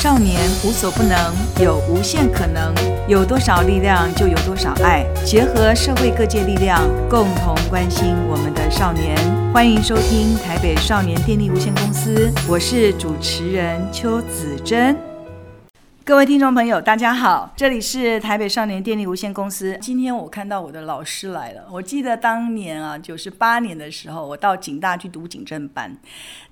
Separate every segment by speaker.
Speaker 1: 少年无所不能，有无限可能，有多少力量就有多少爱。结合社会各界力量，共同关心我们的少年。欢迎收听台北少年电力无限公司，我是主持人邱子珍。各位听众朋友，大家好，这里是台北少年电力无限公司。今天我看到我的老师来了，我记得当年啊，九十八年的时候，我到警大去读警政班，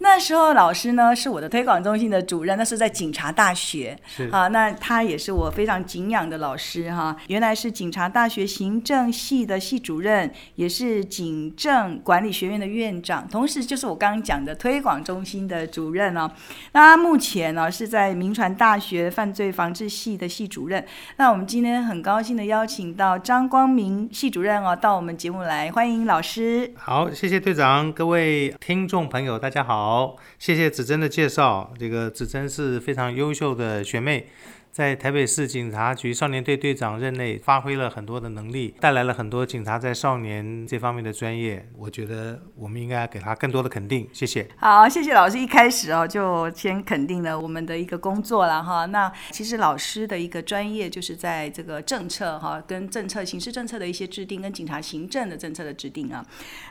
Speaker 1: 那时候老师呢是我的推广中心的主任，那是在警察大学
Speaker 2: 是
Speaker 1: 啊，那他也是我非常敬仰的老师哈、原来是警察大学行政系的系主任，也是警政管理学院的院长，同时就是我刚刚讲的推广中心的主任哦、那他目前呢、是在明传大学犯罪防治系的系主任。那我们今天很高兴的邀请到张光明系主任哦，到我们节目来，欢迎老师。
Speaker 2: 好，谢谢队长，各位听众朋友，大家好，谢谢子珍的介绍。这个子珍是非常优秀的学妹，在台北市警察局少年队队长任内发挥了很多的能力，带来了很多警察在少年这方面的专业。我觉得我们应该给她更多的肯定，谢谢。
Speaker 1: 好，谢谢老师。一开始哦，就先肯定了我们的一个工作了哈。那其实老师的一个专业就是在这个政策哈，跟政策、刑事政策的一些制定，跟警察行政的政策的制定啊。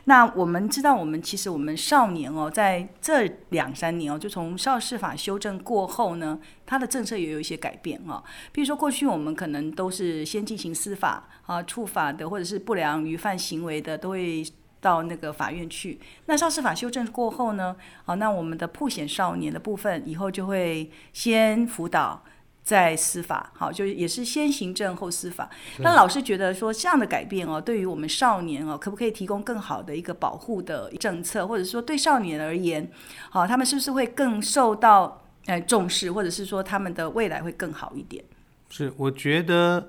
Speaker 1: 那我们知道，我们其实我们少年哦，在这两三年哦，就从少事法修正过后呢，它的政策也有一些改变哦。比如说，过去我们可能都是先进行司法啊、处罚的，或者是不良于犯行为的，都会到那个法院去。那少事法修正过后呢，好、那我们的破险少年的部分以后就会先辅导。再司法，好，就是也是先行政后司法。那老师觉得说这样的改变哦，对于我们少年哦，可不可以提供更好的一个保护的政策，或者说对少年而言，好、他们是不是会更受到呃重视，或者是说他们的未来会更好一点？
Speaker 2: 是，我觉得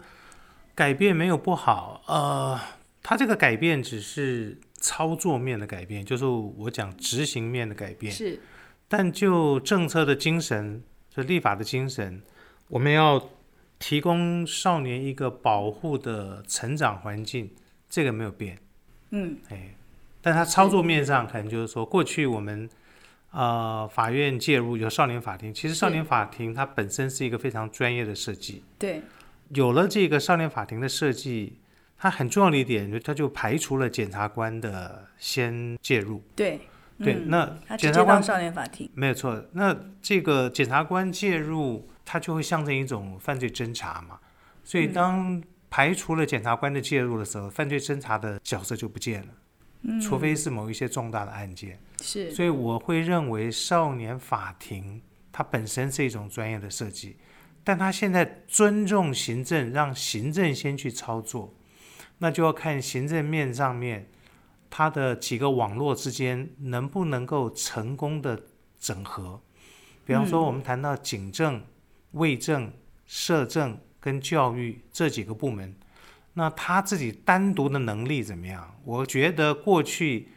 Speaker 2: 改变没有不好，呃，它这个改变只是操作面的改变，就是我讲执行面的改变。
Speaker 1: 是
Speaker 2: 但就政策的精神，就立法的精神，我们要提供少年一个保护的成长环境，这个没有变。
Speaker 1: 嗯，
Speaker 2: 哎，但它操作面上可能就是说，过去我们呃法院介入有少年法庭，其实少
Speaker 1: 是
Speaker 2: 年法庭它本身是一个非常专业的设计。
Speaker 1: 对，
Speaker 2: 有了这个少年法庭的设计，它很重要的一点，它就排除了检察官的先介入。
Speaker 1: 对，
Speaker 2: 对，
Speaker 1: 嗯他
Speaker 2: 那
Speaker 1: 直接
Speaker 2: 检察官
Speaker 1: 到少年法庭，
Speaker 2: 没有错，那这个检察官介入，它就会象征一种犯罪侦查嘛。所以当排除了检察官的介入的时候，犯罪侦查的角色就不见了。除非是某一些重大的案件，
Speaker 1: 是
Speaker 2: 所以我会认为少年法庭它本身是一种专业的设计，但它现在尊重行政，让行政先去操作，那就要看行政面上面它的几个网络之间能不能够成功的整合。比方说，我们谈到警政、卫政、社政跟教育这几个部门，那他自己单独的能力怎么样？我觉得过去，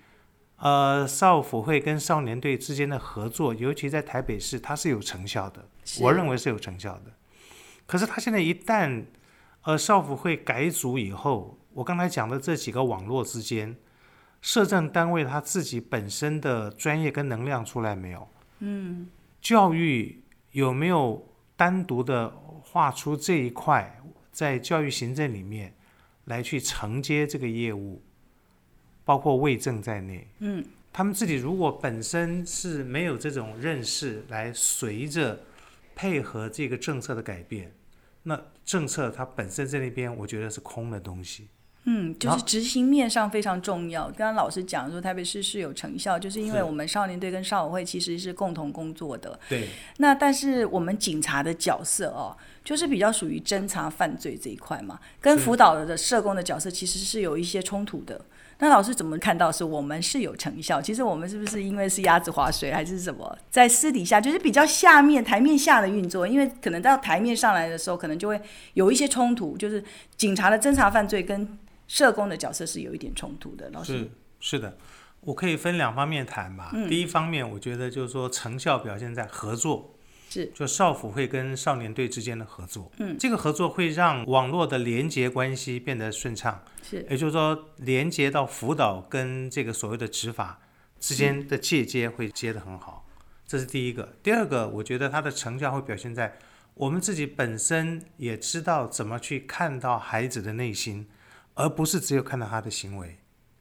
Speaker 2: 呃，少辅会跟少年队之间的合作，尤其在台北市，它是有成效的，
Speaker 1: 是
Speaker 2: 我认为是有成效的。可是他现在一旦，呃，少辅会改组以后，我刚才讲的这几个网络之间，社政单位他自己本身的专业跟能量出来没有？嗯，教育有没有单独的划出这一块，在教育行政里面来去承接这个业务，包括卫政在内，嗯，他们自己如果本身是没有这种认识，来随着配合这个政策的改变，那政策它本身在那边，我觉得是空的东西。
Speaker 1: 嗯，就
Speaker 2: 然
Speaker 1: 是执行面上非常重要。刚刚老师讲说台北市是有成效，就是因为
Speaker 2: 是
Speaker 1: 我们少年队跟少委会其实是共同工作的。
Speaker 2: 对，
Speaker 1: 那但是我们警察的角色哦，就是比较属于侦查犯罪这一块嘛，跟
Speaker 2: 是
Speaker 1: 辅导的社工的角色其实是有一些冲突的。那老师怎么看到是我们是有成效？其实我们是不是因为是鸭子划水还是什么，在私底下就是比较下面台面下的运作？因为可能到台面上来的时候，可能就会有一些冲突，就是警察的侦查犯罪跟社工的角色是有一点冲突的。老师，嗯
Speaker 2: 是是的，我可以分两方面谈吧。第一方面，我觉得就是说成效表现在合作，
Speaker 1: 是
Speaker 2: 就少辅会跟少年队之间的合作。嗯，这个合作会让网络的连接关系变得顺畅，
Speaker 1: 是
Speaker 2: 也就是说连接
Speaker 1: 嗯
Speaker 2: 到辅导跟这个所谓的执法之间的界接会接得很好。这是第一个。第二个，我觉得它的成效会表现在我们自己本身也知道怎么去看到孩子的内心，而不是只有看到他的行为。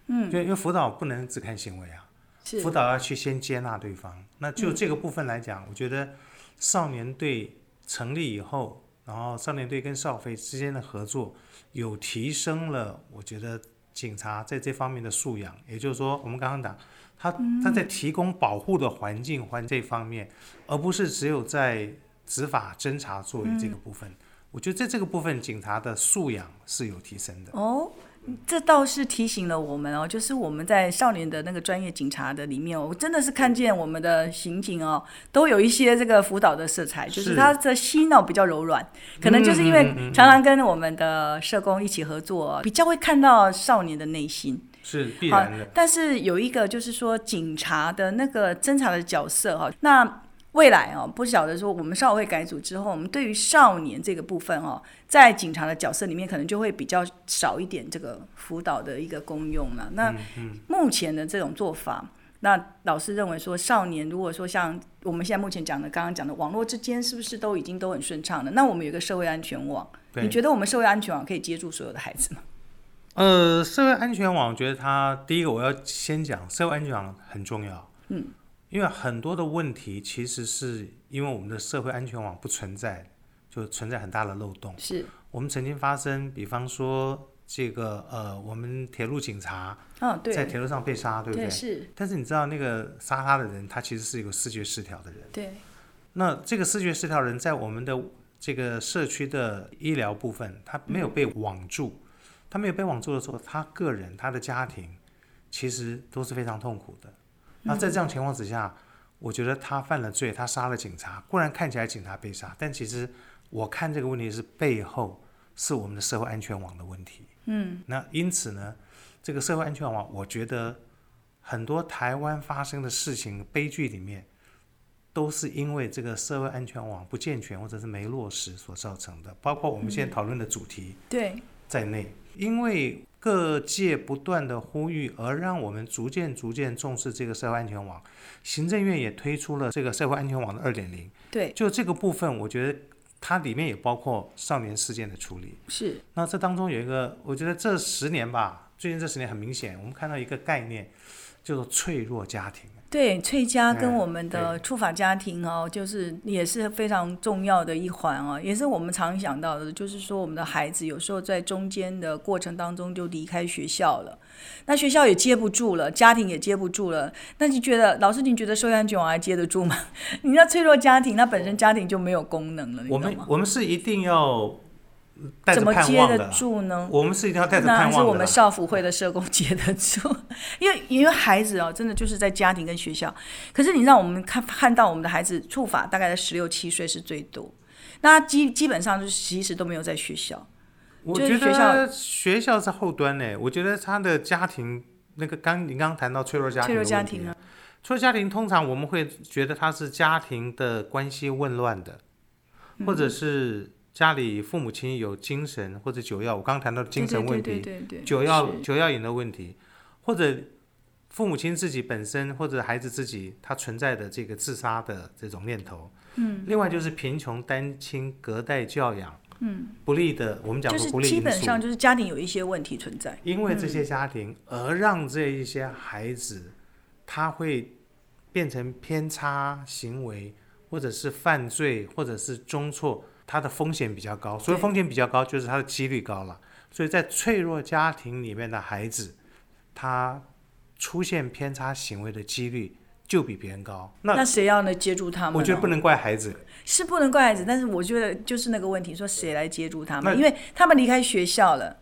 Speaker 2: 嗯，就因为辅导不能只看行为啊，
Speaker 1: 是嗯
Speaker 2: 辅导要去先接纳对方。那就这个部分来讲，我觉得少年队成立以后，然后少年队跟少飞之间的合作有提升了，我觉得警察在这方面的素养，也就是说，我们刚刚讲，他
Speaker 1: 嗯
Speaker 2: 他在提供保护的环境环这方面，而不是只有在执法侦查作为这
Speaker 1: 嗯
Speaker 2: 个部分。我觉得在这个部分，警察的素养是有提升的。
Speaker 1: 哦，这倒是提醒了我们哦，就是我们在少年的那个专业警察的里面、哦，我真的是看见我们的刑警哦，都有一些这个辅导的色彩，就是
Speaker 2: 是嗯
Speaker 1: 他的心哦比较柔软，可能就是因为常常跟我们的社工一起合作、哦比较会看到少年的内心。
Speaker 2: 是必
Speaker 1: 好，
Speaker 2: 然的。
Speaker 1: 但是有一个就是说，警察的那个侦查的角色哈，那未来哦，不晓得说我们少会改组之后，我们对于少年这个部分哦，在警察的角色里面，可能就会比较少一点这个辅导的一个功用了。那
Speaker 2: 嗯
Speaker 1: 目前的这种做法。那老师认为说，少年如果说像我们现在目前讲的，刚刚讲的网络之间，是不是都已经都很顺畅了？那我们有一个社会安全网，
Speaker 2: 对
Speaker 1: 你觉得我们社会安全网可以接住所有的孩子吗？
Speaker 2: 呃，社会安全网，我觉得它第一个我要先讲，社会安全网很重要。嗯，因为很多的问题其实是因为我们的社会安全网不存在，就存在很大的漏洞。
Speaker 1: 是，
Speaker 2: 我们曾经发生，比方说这个呃，我们铁路警察
Speaker 1: 嗯、对，
Speaker 2: 在铁路上被杀，对不对？
Speaker 1: 是，
Speaker 2: 但是你知道那个杀他的人，他其实是一个视觉失调的人。
Speaker 1: 对，
Speaker 2: 那这个视觉失调人在我们的这个社区的医疗部分，他没有被网住，他没有被网住的时候，他个人、他的家庭其实都是非常痛苦的。那在这样情况之下，我觉得他犯了罪，他杀了警察，固然看起来警察被杀，但其实我看这个问题是背后是我们的社会安全网的问题。嗯，那因此呢，这个社会安全网，我觉得很多台湾发生的事情悲剧里面。都是因为这个社会安全网不健全或者是没落实所造成的，包括我们现在讨论的主题
Speaker 1: 对，
Speaker 2: 在内。因为各界不断的呼吁，而让我们逐渐逐渐重视这个社会安全网。行政院也推出了这个社会安全网的二点零，
Speaker 1: 对，
Speaker 2: 就这个部分，我觉得它里面也包括少年事件的处理。
Speaker 1: 是
Speaker 2: 那这当中有一个，我觉得这十年吧，最近这十年很明显，我们看到一个概念，叫做脆弱家庭。
Speaker 1: 对翠家跟
Speaker 2: 哎
Speaker 1: 我们的触法家庭哦，就是也是非常重要的一环哦，也是我们常想到的，就是说我们的孩子有时候在中间的过程当中就离开学校了，那学校也接不住了，家庭也接不住了，那你觉得老师，你觉得社会安全网还接得住吗？ 你那脆弱家庭，那本身家庭就没有功能了，你
Speaker 2: 哦我
Speaker 1: 懂
Speaker 2: 们
Speaker 1: 吗？
Speaker 2: 我们是一定要带
Speaker 1: 怎
Speaker 2: 着
Speaker 1: 么
Speaker 2: 盼
Speaker 1: 接
Speaker 2: 望
Speaker 1: 得
Speaker 2: 的啦，
Speaker 1: 住呢？
Speaker 2: 我们是一定要带着
Speaker 1: 那还
Speaker 2: 盼
Speaker 1: 是我
Speaker 2: 望的
Speaker 1: 们
Speaker 2: 啦。
Speaker 1: 少辅会的社工 接得住，因为因为孩子哦，真的就是在家庭跟学校。可是你让我们看看到我们的孩子触法大概在十六七岁是最多，那基基本上就是其实都没有在学校。
Speaker 2: 我
Speaker 1: 就
Speaker 2: 觉
Speaker 1: 是学
Speaker 2: 得学校是后端呢，我觉得他的家庭那个刚你刚刚谈到脆弱家
Speaker 1: 脆
Speaker 2: 庭的
Speaker 1: 弱
Speaker 2: 问题
Speaker 1: 家庭啊，
Speaker 2: 脆弱家庭通常我们会觉得他是家庭的关系混乱的，
Speaker 1: 嗯
Speaker 2: 或者是家里父母亲有精神或者酒药，我刚刚谈到精神问
Speaker 1: 对对
Speaker 2: 题，
Speaker 1: 对对对，
Speaker 2: 酒药
Speaker 1: 是
Speaker 2: 酒药瘾的问题，或者父母亲自己本身或者孩子自己他存在的这个自杀的这种念头，嗯，另外就是贫穷、单亲、隔代教养，嗯，不利的，我们讲
Speaker 1: 就
Speaker 2: 说
Speaker 1: 是
Speaker 2: 不利
Speaker 1: 基
Speaker 2: 因
Speaker 1: 本
Speaker 2: 素，
Speaker 1: 上就是家庭有一些问题存在。
Speaker 2: 因为这些家庭而让这一些孩子他会变成偏差行为，或者是犯罪，或者是中错，他的风险比较高。所以
Speaker 1: 对
Speaker 2: 风险比较高，就是他的几率高了。所以在脆弱家庭里面的孩子，他出现偏差行为的几率就比别人高。那
Speaker 1: 那谁要来接住他们呢？
Speaker 2: 我觉得不能怪孩子，
Speaker 1: 是不能怪孩子，但是我觉得就是那个问题，说谁来接住他
Speaker 2: 那
Speaker 1: 们？因为他们离开学校了，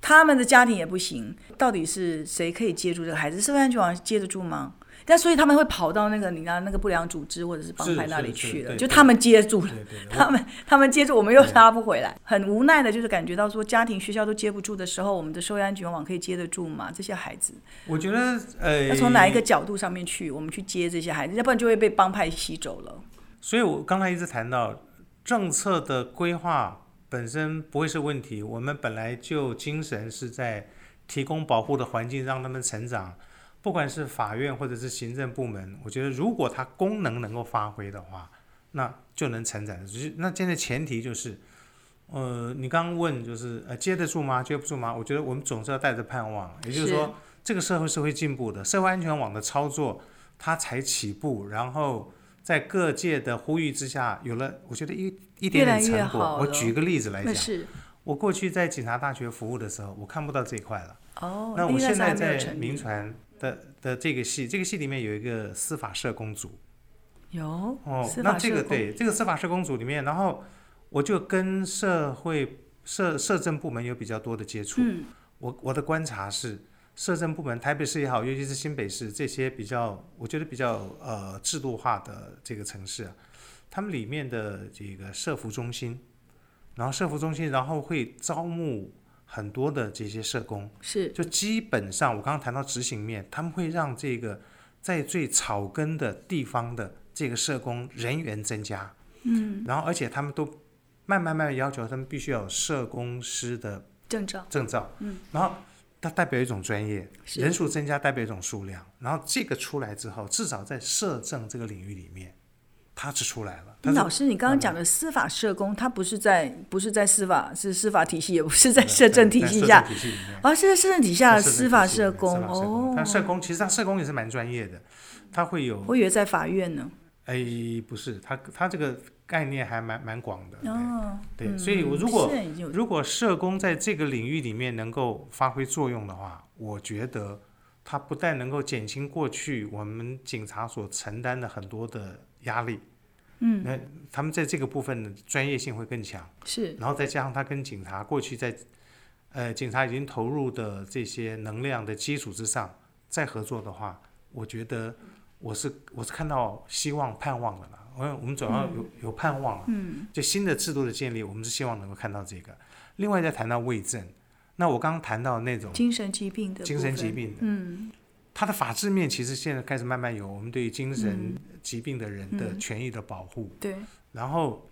Speaker 1: 他们的家庭也不行，到底是谁可以接住这个孩子？社会安全网接得住吗？但所以他们会跑到那个你那那个不良组织或者是帮派
Speaker 2: 是
Speaker 1: 那里
Speaker 2: 是
Speaker 1: 去
Speaker 2: 是
Speaker 1: 了，
Speaker 2: 对
Speaker 1: 就
Speaker 2: 对
Speaker 1: 他们接住了
Speaker 2: 对，对对，
Speaker 1: 他们他们接住我们又拉不回来，很无奈的就是感觉到说家庭学校都接不住的时候，我们的社会安全网可以接得住吗？这些孩子
Speaker 2: 我觉得呃，
Speaker 1: 要从哪一个角度上面去我们去接这些孩子，要不然就会被帮派吸走了。
Speaker 2: 所以我刚才一直谈到政策的规划本身不会是问题，我们本来就精神是在提供保护的环境，让他们成长，不管是法院或者是行政部门，我觉得如果它功能能够发挥的话，那就能承载得住。就是那现在前提就是，呃，你刚刚问就是呃接得住吗？接不住吗？我觉得我们总是要带着盼望，也就是说，这个社会是会进步的，社会安全网的操作它才起步，然后在各界的呼吁之下，有了我觉得一一点
Speaker 1: 越
Speaker 2: 点
Speaker 1: 来越
Speaker 2: 成果。
Speaker 1: 好
Speaker 2: 我
Speaker 1: 了
Speaker 2: 举个例子来
Speaker 1: 那
Speaker 2: 讲，
Speaker 1: 是
Speaker 2: 我过去在警察大学服务的时候，我看不到这一块了。
Speaker 1: 哦，
Speaker 2: 那我
Speaker 1: 因为
Speaker 2: 现
Speaker 1: 时候
Speaker 2: 在
Speaker 1: 还没有
Speaker 2: 在
Speaker 1: 成立
Speaker 2: 民传的的这个系，这个系里面有一个司法社工组。
Speaker 1: 有
Speaker 2: 哦，
Speaker 1: 司
Speaker 2: 那
Speaker 1: 法
Speaker 2: 这
Speaker 1: 社
Speaker 2: 个
Speaker 1: 工
Speaker 2: 对这个司法社工组里面，然后我就跟社会社社政部门有比较多的接触。
Speaker 1: 嗯
Speaker 2: 我我的观察是，社政部门，台北市也好，尤其是新北市这些比较，我觉得比较呃制度化的这个城市啊，他们里面的这个社服中心，然后社服中心，然后会招募很多的这些社工。
Speaker 1: 是
Speaker 2: 就基本上，我刚刚谈到执行面，他们会让这个在最草根的地方的这个社工人员增加，嗯，然后而且他们都慢慢慢慢要求他们必须要有社工师的
Speaker 1: 证照
Speaker 2: 证照，嗯，然后它代表一种专业，
Speaker 1: 是
Speaker 2: 人数增加代表一种数量，然后这个出来之后，至少在社政这个领域里面，它是出来了，它是嗯
Speaker 1: 老师，你刚刚讲的司法社工，他不是在不是在司法是司法体系，也不是在社政体系
Speaker 2: 嗯在
Speaker 1: 下，
Speaker 2: 社政体系里面。
Speaker 1: 而是在社政体下的
Speaker 2: 在
Speaker 1: 司法
Speaker 2: 体系里
Speaker 1: 社
Speaker 2: 面
Speaker 1: 工
Speaker 2: 司法社工但
Speaker 1: 哦。
Speaker 2: 社工其实他社工也是蛮专业的，他会有
Speaker 1: 我以为在法院呢。
Speaker 2: 哎，不是，它它这个概念还蛮蛮广的，对,、
Speaker 1: 哦，
Speaker 2: 对所以我
Speaker 1: 嗯
Speaker 2: 如果
Speaker 1: 现在已经有
Speaker 2: 如果社工在这个领域里面能够发挥作用的话，我觉得它不但能够减轻过去我们警察所承担的很多的压力，嗯，那他们在这个部分的专业性会更强。
Speaker 1: 是
Speaker 2: 然后再加上他跟警察过去在，呃，警察已经投入的这些能量的基础之上再合作的话，我觉得我是我是看到希望盼望的了。我我们总要有、有盼望了，嗯，就新的制度的建立，我们是希望能够看到这个。另外再谈到卫政，那我刚刚谈到那种
Speaker 1: 精神疾病的
Speaker 2: 精
Speaker 1: 部
Speaker 2: 神
Speaker 1: 分
Speaker 2: 疾病的，嗯，它的法制面其实现在开始慢慢有我们对于精神疾病的人的权益的保护，
Speaker 1: 对
Speaker 2: 然后，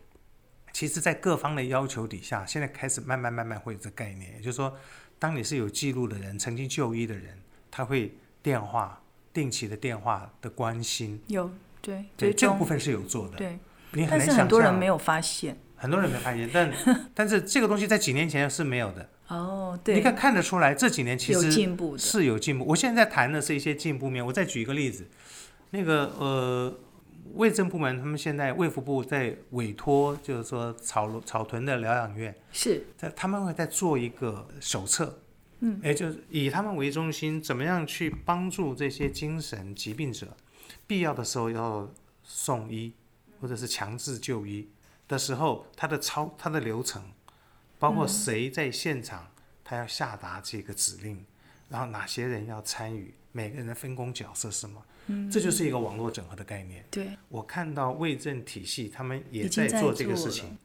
Speaker 2: 其实，在各方的要求底下，现在开始慢慢慢慢会有这概念，也就是说，当你是有记录的人，曾经就医的人，他会电话定期的电话的关心，
Speaker 1: 有对
Speaker 2: 对
Speaker 1: 追
Speaker 2: 这个部
Speaker 1: 踪
Speaker 2: 分是有做的。
Speaker 1: 对，
Speaker 2: 你很
Speaker 1: 但
Speaker 2: 难
Speaker 1: 是
Speaker 2: 想象，
Speaker 1: 很多人没有发现
Speaker 2: 很多人没发现，但 但是这个东西在几年前是没有的。
Speaker 1: 哦，
Speaker 2: 你
Speaker 1: 对，
Speaker 2: 看看得出来，这几年其
Speaker 1: 有
Speaker 2: 实
Speaker 1: 进步的
Speaker 2: 是有进步。我现在谈的是一些进步面。我再举一个例子，那个呃，卫政部门他们现在卫福部在委托，就是说草庐草屯的疗养院，
Speaker 1: 是
Speaker 2: 在他们会在做一个手册，嗯，也就是以他们为中心，怎么样去帮助这些精神疾病者，必要的时候要送医或者是强制就医的时候，他的操他的流程，包括谁在现场，他要下达这个指令，然后哪些人要参与，每个人的分工角色是什么，嗯，这就是一个网络整合的概念。
Speaker 1: 对
Speaker 2: 我看到卫政体系他们也
Speaker 1: 已经在
Speaker 2: 做这个
Speaker 1: 做
Speaker 2: 事
Speaker 1: 了
Speaker 2: 情，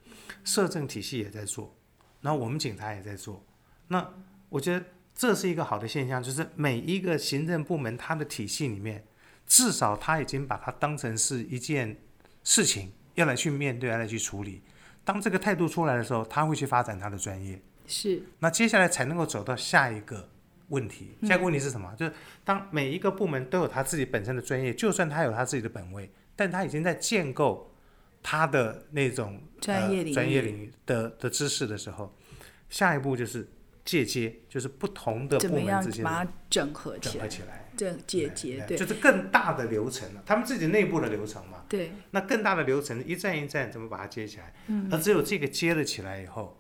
Speaker 2: 社政体系也在做，然后我们警察也在做。那我觉得这是一个好的现象，就是每一个行政部门它的体系里面，至少他已经把它当成是一件事情要来去面对，要来去处理。当这个态度出来的时候，他会去发展他的专业。
Speaker 1: 是
Speaker 2: 那接下来才能够走到下一个问题。
Speaker 1: 嗯
Speaker 2: 下一个问题是什么？就是当每一个部门都有他自己本身的专业，就算他有他自己的本位，但他已经在建构他的那种
Speaker 1: 专业领
Speaker 2: 呃、
Speaker 1: 域
Speaker 2: 专业领域的的知识的时候，下一步就是借接，就是不同的
Speaker 1: 怎
Speaker 2: 部
Speaker 1: 么样
Speaker 2: 门之间的
Speaker 1: 把它整合
Speaker 2: 整
Speaker 1: 起
Speaker 2: 合
Speaker 1: 来，
Speaker 2: 起来，
Speaker 1: 这解决对
Speaker 2: 就是更大的流程了，他们自己内部的流程嘛。
Speaker 1: 对
Speaker 2: 那更大的流程一站一站怎么把它接起来？嗯，而只有这个接了起来以后，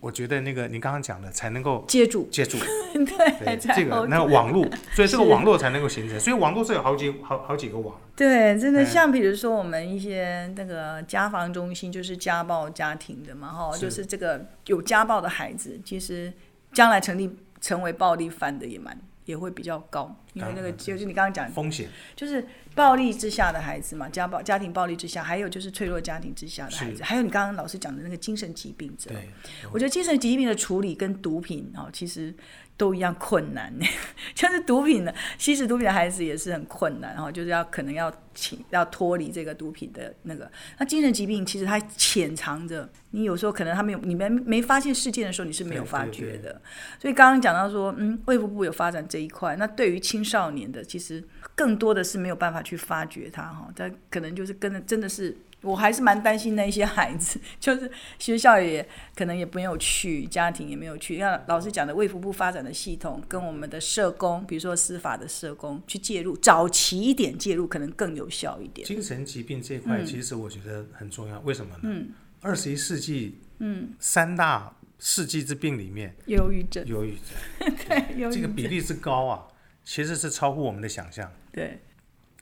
Speaker 2: 我觉得那个你刚刚讲的才能够
Speaker 1: 接住
Speaker 2: 接住，对
Speaker 1: 对才
Speaker 2: 这个
Speaker 1: 好
Speaker 2: 那个网络，所以这个网络才能够形成，所以网络是有好几好好几个网，
Speaker 1: 对，真的
Speaker 2: 哎
Speaker 1: 像比如说我们一些那个家防中心，就是家暴家庭的嘛，哈，
Speaker 2: 是
Speaker 1: 就是这个有家暴的孩子，其实将来成立成为暴力犯的也蛮也会比较高，因为那个
Speaker 2: 当然
Speaker 1: 就是你刚刚讲，
Speaker 2: 风险
Speaker 1: 就是暴力之下的孩子嘛，家暴家庭暴力之下，还有就是脆弱家庭之下的孩子，还有你刚刚老师讲的那个精神疾病者，
Speaker 2: 对，
Speaker 1: 我觉得精神疾病的处理跟毒品哦，其实都一样困难。 像是毒品的吸食毒品的孩子也是很困难，然、后就是要可能要请要脱离这个毒品的那个。那精神疾病其实它潜藏着，你有时候可能他没有你们没发现事件的时候，你是没有
Speaker 2: 对
Speaker 1: 发
Speaker 2: 对
Speaker 1: 觉
Speaker 2: 对
Speaker 1: 的。所以刚刚讲到说，嗯，卫福部有发展这一块，那对于青青少年的，其实更多的是没有办法去发掘他哈，他可能就是跟着真的是。我还是蛮担心那一些孩子，就是学校也可能也没有去，家庭也没有去。像老师讲的，卫福部发展的系统跟我们的社工，比如说司法的社工去介入，早期一点介入可能更有效一点。
Speaker 2: 精神疾病这一块，其实我觉得很重要。为什么呢？二十一世纪，嗯，三大世纪之病里面，
Speaker 1: 忧郁症，
Speaker 2: 忧郁症
Speaker 1: 对，忧郁
Speaker 2: 这个比例之高啊，其实是超乎我们的想象。
Speaker 1: 对，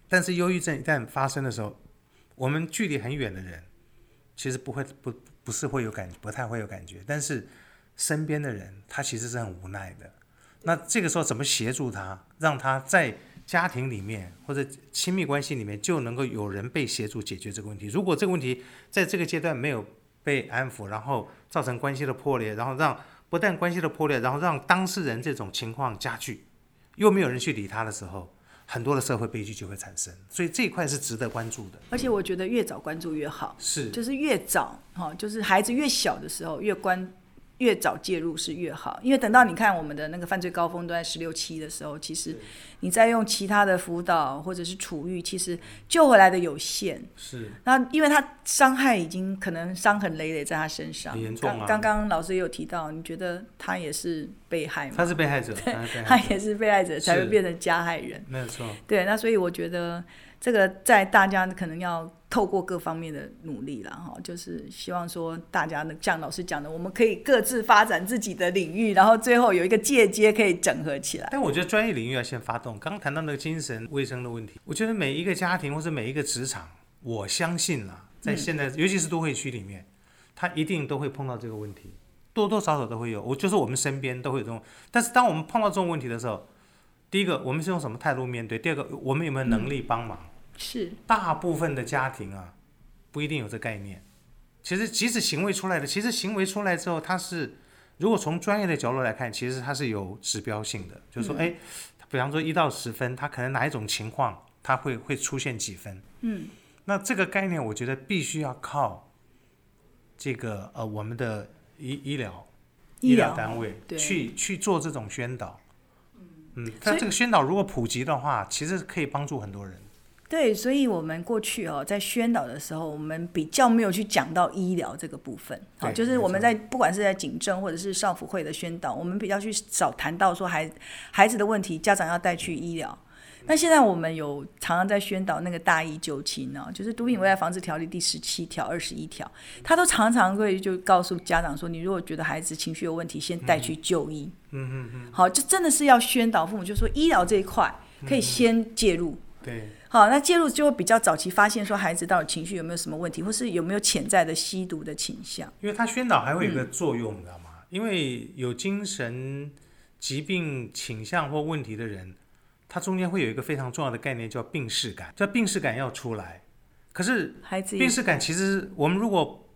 Speaker 2: 但是忧郁症一旦发生的时候，我们距离很远的人，其实不会不不是会有感不太会有感觉，但是身边的人他其实是很无奈的。那这个时候怎么协助他，让他在家庭里面或者亲密关系里面就能够有人被协助解决这个问题？如果这个问题在这个阶段没有被安抚，然后造成关系的破裂，然后让不但关系的破裂，然后让当事人这种情况加剧，又没有人去理他的时候，很多的社会悲剧就会产生。所以这一块是值得关注的。
Speaker 1: 而且我觉得越早关注越好，
Speaker 2: 是
Speaker 1: 就是越早哈、哦，就是孩子越小的时候越关。越早介入是越好，因为等到你看我们的那个犯罪高峰都在十六七的时候，其实你再用其他的辅导或者是处遇，其实救回来的有限。
Speaker 2: 是
Speaker 1: 那因为他伤害已经可能伤痕累累在他身上，
Speaker 2: 很严重啊
Speaker 1: 刚刚刚老师也有提到，你觉得他也是被害吗？
Speaker 2: 他是被害者，他是被
Speaker 1: 他
Speaker 2: 害者，
Speaker 1: 也是被害者，才会
Speaker 2: 是
Speaker 1: 变成加害人。
Speaker 2: 没有错。
Speaker 1: 对，那所以我觉得这个在大家可能要透过各方面的努力啦，哈，就是希望说大家能像老师讲的，我们可以各自发展自己的领域，然后最后有一个界接可以整合起来。
Speaker 2: 但我觉得专业领域要先发动。刚刚谈到那个精神卫生的问题，我觉得每一个家庭或者每一个职场，我相信啦，在现在、尤其是都会区里面，他一定都会碰到这个问题，多多少少都会有。我就是我们身边都会有这种，但是当我们碰到这种问题的时候，第一个我们是用什么态度面对，第二个我们有没有能力帮忙？
Speaker 1: 是，
Speaker 2: 大部分的家庭啊，不一定有这概念。其实，即使行为出来的，其实行为出来之后，它是如果从专业的角度来看，其实它是有指标性的，就
Speaker 1: 嗯
Speaker 2: 是说，哎、比方说一到十分，它可能哪一种情况，它会会出现几分。嗯，那这个概念，我觉得必须要靠这个呃我们的医医疗
Speaker 1: 医疗
Speaker 2: 疗单位
Speaker 1: 对
Speaker 2: 去去做这种宣导。嗯，
Speaker 1: 所
Speaker 2: 但
Speaker 1: 以
Speaker 2: 这个宣导如果普及的话，其实可以帮助很多人。
Speaker 1: 对，所以我们过去哦，在宣导的时候，我们比较没有去讲到医疗这个部分，好、
Speaker 2: 对
Speaker 1: 就是
Speaker 2: 没
Speaker 1: 我们
Speaker 2: 错
Speaker 1: 在不管是在警政或者是少辅会的宣导，我们比较去少谈到说孩孩子的问题，家长要带去医疗。那现在我们有常常在宣导那个大医救亲哦，就是《毒品危害防治条例》第十七条、二十一条，他都常常会就告诉家长说，你如果觉得孩子情绪有问题，先带去就医。嗯嗯嗯。好，就真的是要宣导父母，就说医疗这一块可以先介入。
Speaker 2: 对。
Speaker 1: 好，那介入就会比较早期发现说孩子到底情绪有没有什么问题，或是有没有潜在的吸毒的倾向。
Speaker 2: 因为它宣导还会有一个作用，你知道吗？因为有精神疾病倾向或问题的人，他中间会有一个非常重要的概念叫病视感，叫病视感要出来。可是
Speaker 1: 孩子也
Speaker 2: 病视感其实我们如果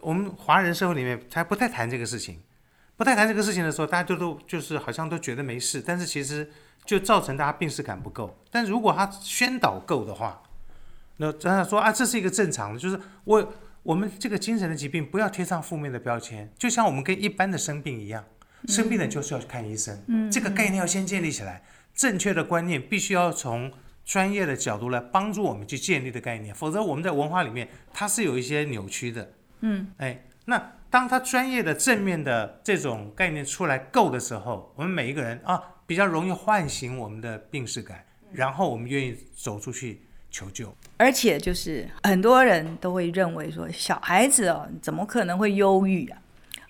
Speaker 2: 我们华人社会里面，他不太谈这个事情，不太谈这个事情的时候，大家就都就是好像都觉得没事，但是其实就造成大家病视感不够。但如果他宣导够的话，那让他说啊，这是一个正常的，就是我我们这个精神的疾病不要贴上负面的标签，就像我们跟一般的生病一样，生病了就是要去看医生，嗯、这个概念要先建立起来，正确的观念必须要从。专业的角度来帮助我们去建立的概念，否则我们在文化里面它是有一些扭曲的。嗯，哎，那当它专业的正面的这种概念出来够的时候，我们每一个人啊比较容易唤醒我们的病视感，然后我们愿意走出去求救。
Speaker 1: 而且就是很多人都会认为说，小孩子哦，怎么可能会忧郁啊？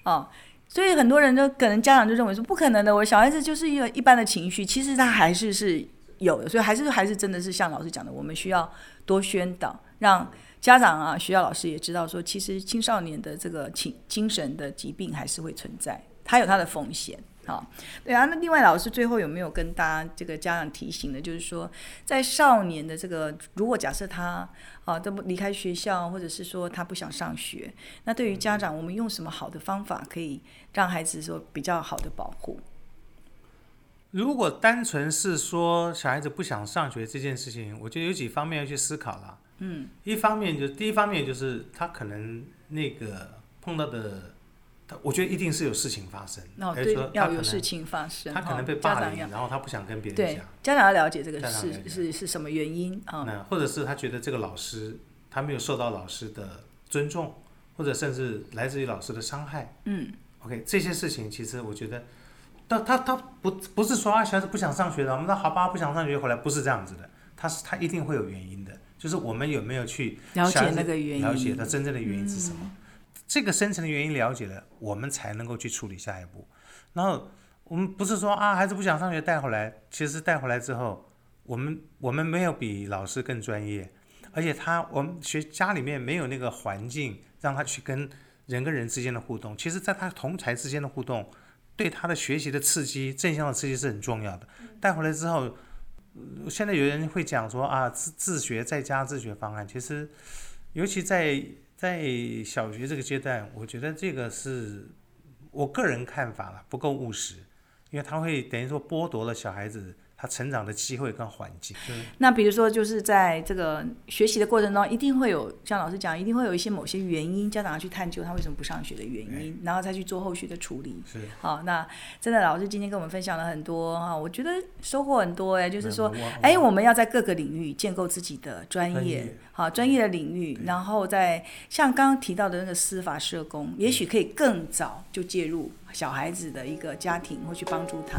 Speaker 1: 哦，所以很多人就可能家长就认为说，不可能的，我小孩子就是一个一般的情绪，其实他还是是有的，所以还是还是真的是像老师讲的，我们需要多宣导，让家长啊、学校老师也知道说，其实青少年的这个情精神的疾病还是会存在，它有它的风险。好、对啊，那另外老师最后有没有跟大家这个家长提醒的，就是说，在少年的这个，如果假设他啊，都不离开学校，或者是说他不想上学，那对于家长，我们用什么好的方法可以让孩子说比较好的保护？
Speaker 2: 如果单纯是说小孩子不想上学这件事情，我觉得有几方面要去思考啦。嗯，一方面就第一方面就是他可能那个碰到的我觉得一定是有事情发生。
Speaker 1: 那、哦、
Speaker 2: 哎
Speaker 1: 对
Speaker 2: 说，他
Speaker 1: 要
Speaker 2: 可
Speaker 1: 有
Speaker 2: 能
Speaker 1: 事情发生，
Speaker 2: 他可
Speaker 1: 哈
Speaker 2: 能被
Speaker 1: 家
Speaker 2: 霸
Speaker 1: 长要
Speaker 2: 凌，然后他不想跟别人
Speaker 1: 对
Speaker 2: 讲，
Speaker 1: 家长要了解这个
Speaker 2: 家长了
Speaker 1: 是
Speaker 2: 解
Speaker 1: 是是什么原因啊？
Speaker 2: 那或者是他觉得这个老师他没有受到老师的尊重，或者甚至来自于老师的伤害。
Speaker 1: 嗯
Speaker 2: OK，这些事情其实我觉得，他他他不不是说啊小孩子不想上学了，我们说好吧不想上学回来不是这样子的，他是他一定会有原因的，就是我们有没有去
Speaker 1: 了解
Speaker 2: 小孩子
Speaker 1: 那个原因，嗯
Speaker 2: 了解它真正的原因是什么。这个深层的原因了解了，我们才能够去处理下一步。然后我们不是说啊，孩子不想上学带回来，其实带回来之后，我们我们没有比老师更专业，而且他我们学家里面没有那个环境让他去跟人跟人之间的互动。其实，在他同才之间的互动，对他的学习的刺激、正向的刺激是很重要的。
Speaker 1: 嗯
Speaker 2: 带回来之后，呃现在有人会讲说啊，自自学在家自学方案，其实。尤其在在小学这个阶段，我觉得这个是我个人看法了，不够务实，因为他会等于说剥夺了小孩子他成长的机会跟环境。
Speaker 1: 那比如说，就是在这个学习的过程中，一定会有像老师讲，一定会有一些某些原因，家长要去探究他为什么不上学的原因，然后再去做后续的处理。
Speaker 2: 是，
Speaker 1: 好，那真的老师今天跟我们分享了很多哈，我觉得收获很多哎、就是说
Speaker 2: 我，
Speaker 1: 哎，我们要在各个领域建构自己的专
Speaker 2: 专
Speaker 1: 业
Speaker 2: 业，
Speaker 1: 好专业的领域，然后在像刚刚提到的那个司法社工，也许可以更早就介入小孩子的一个家庭，或去帮助他，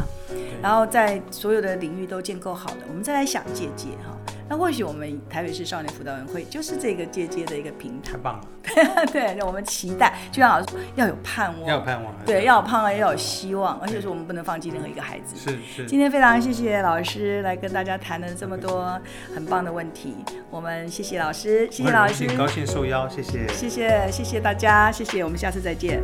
Speaker 1: 然后在所有的领域都建构好了，我们再来想借鉴哈。那或许我们台北市少年辅导委员会就是这个借鉴的一个平台，
Speaker 2: 太棒了，
Speaker 1: 对，那我们期待，就像老师说，要有盼望，
Speaker 2: 要有盼望，
Speaker 1: 对，要有盼望，要有希望，而且说我们不能放弃任何一个孩子。
Speaker 2: 是是。
Speaker 1: 今天非常谢谢老师来跟大家谈了这么多很棒的问题，我们谢谢老师，谢谢
Speaker 2: 我很
Speaker 1: 老
Speaker 2: 荣
Speaker 1: 师
Speaker 2: 幸，高兴受邀，谢谢。
Speaker 1: 谢谢谢谢大家，谢谢，我们下次再见。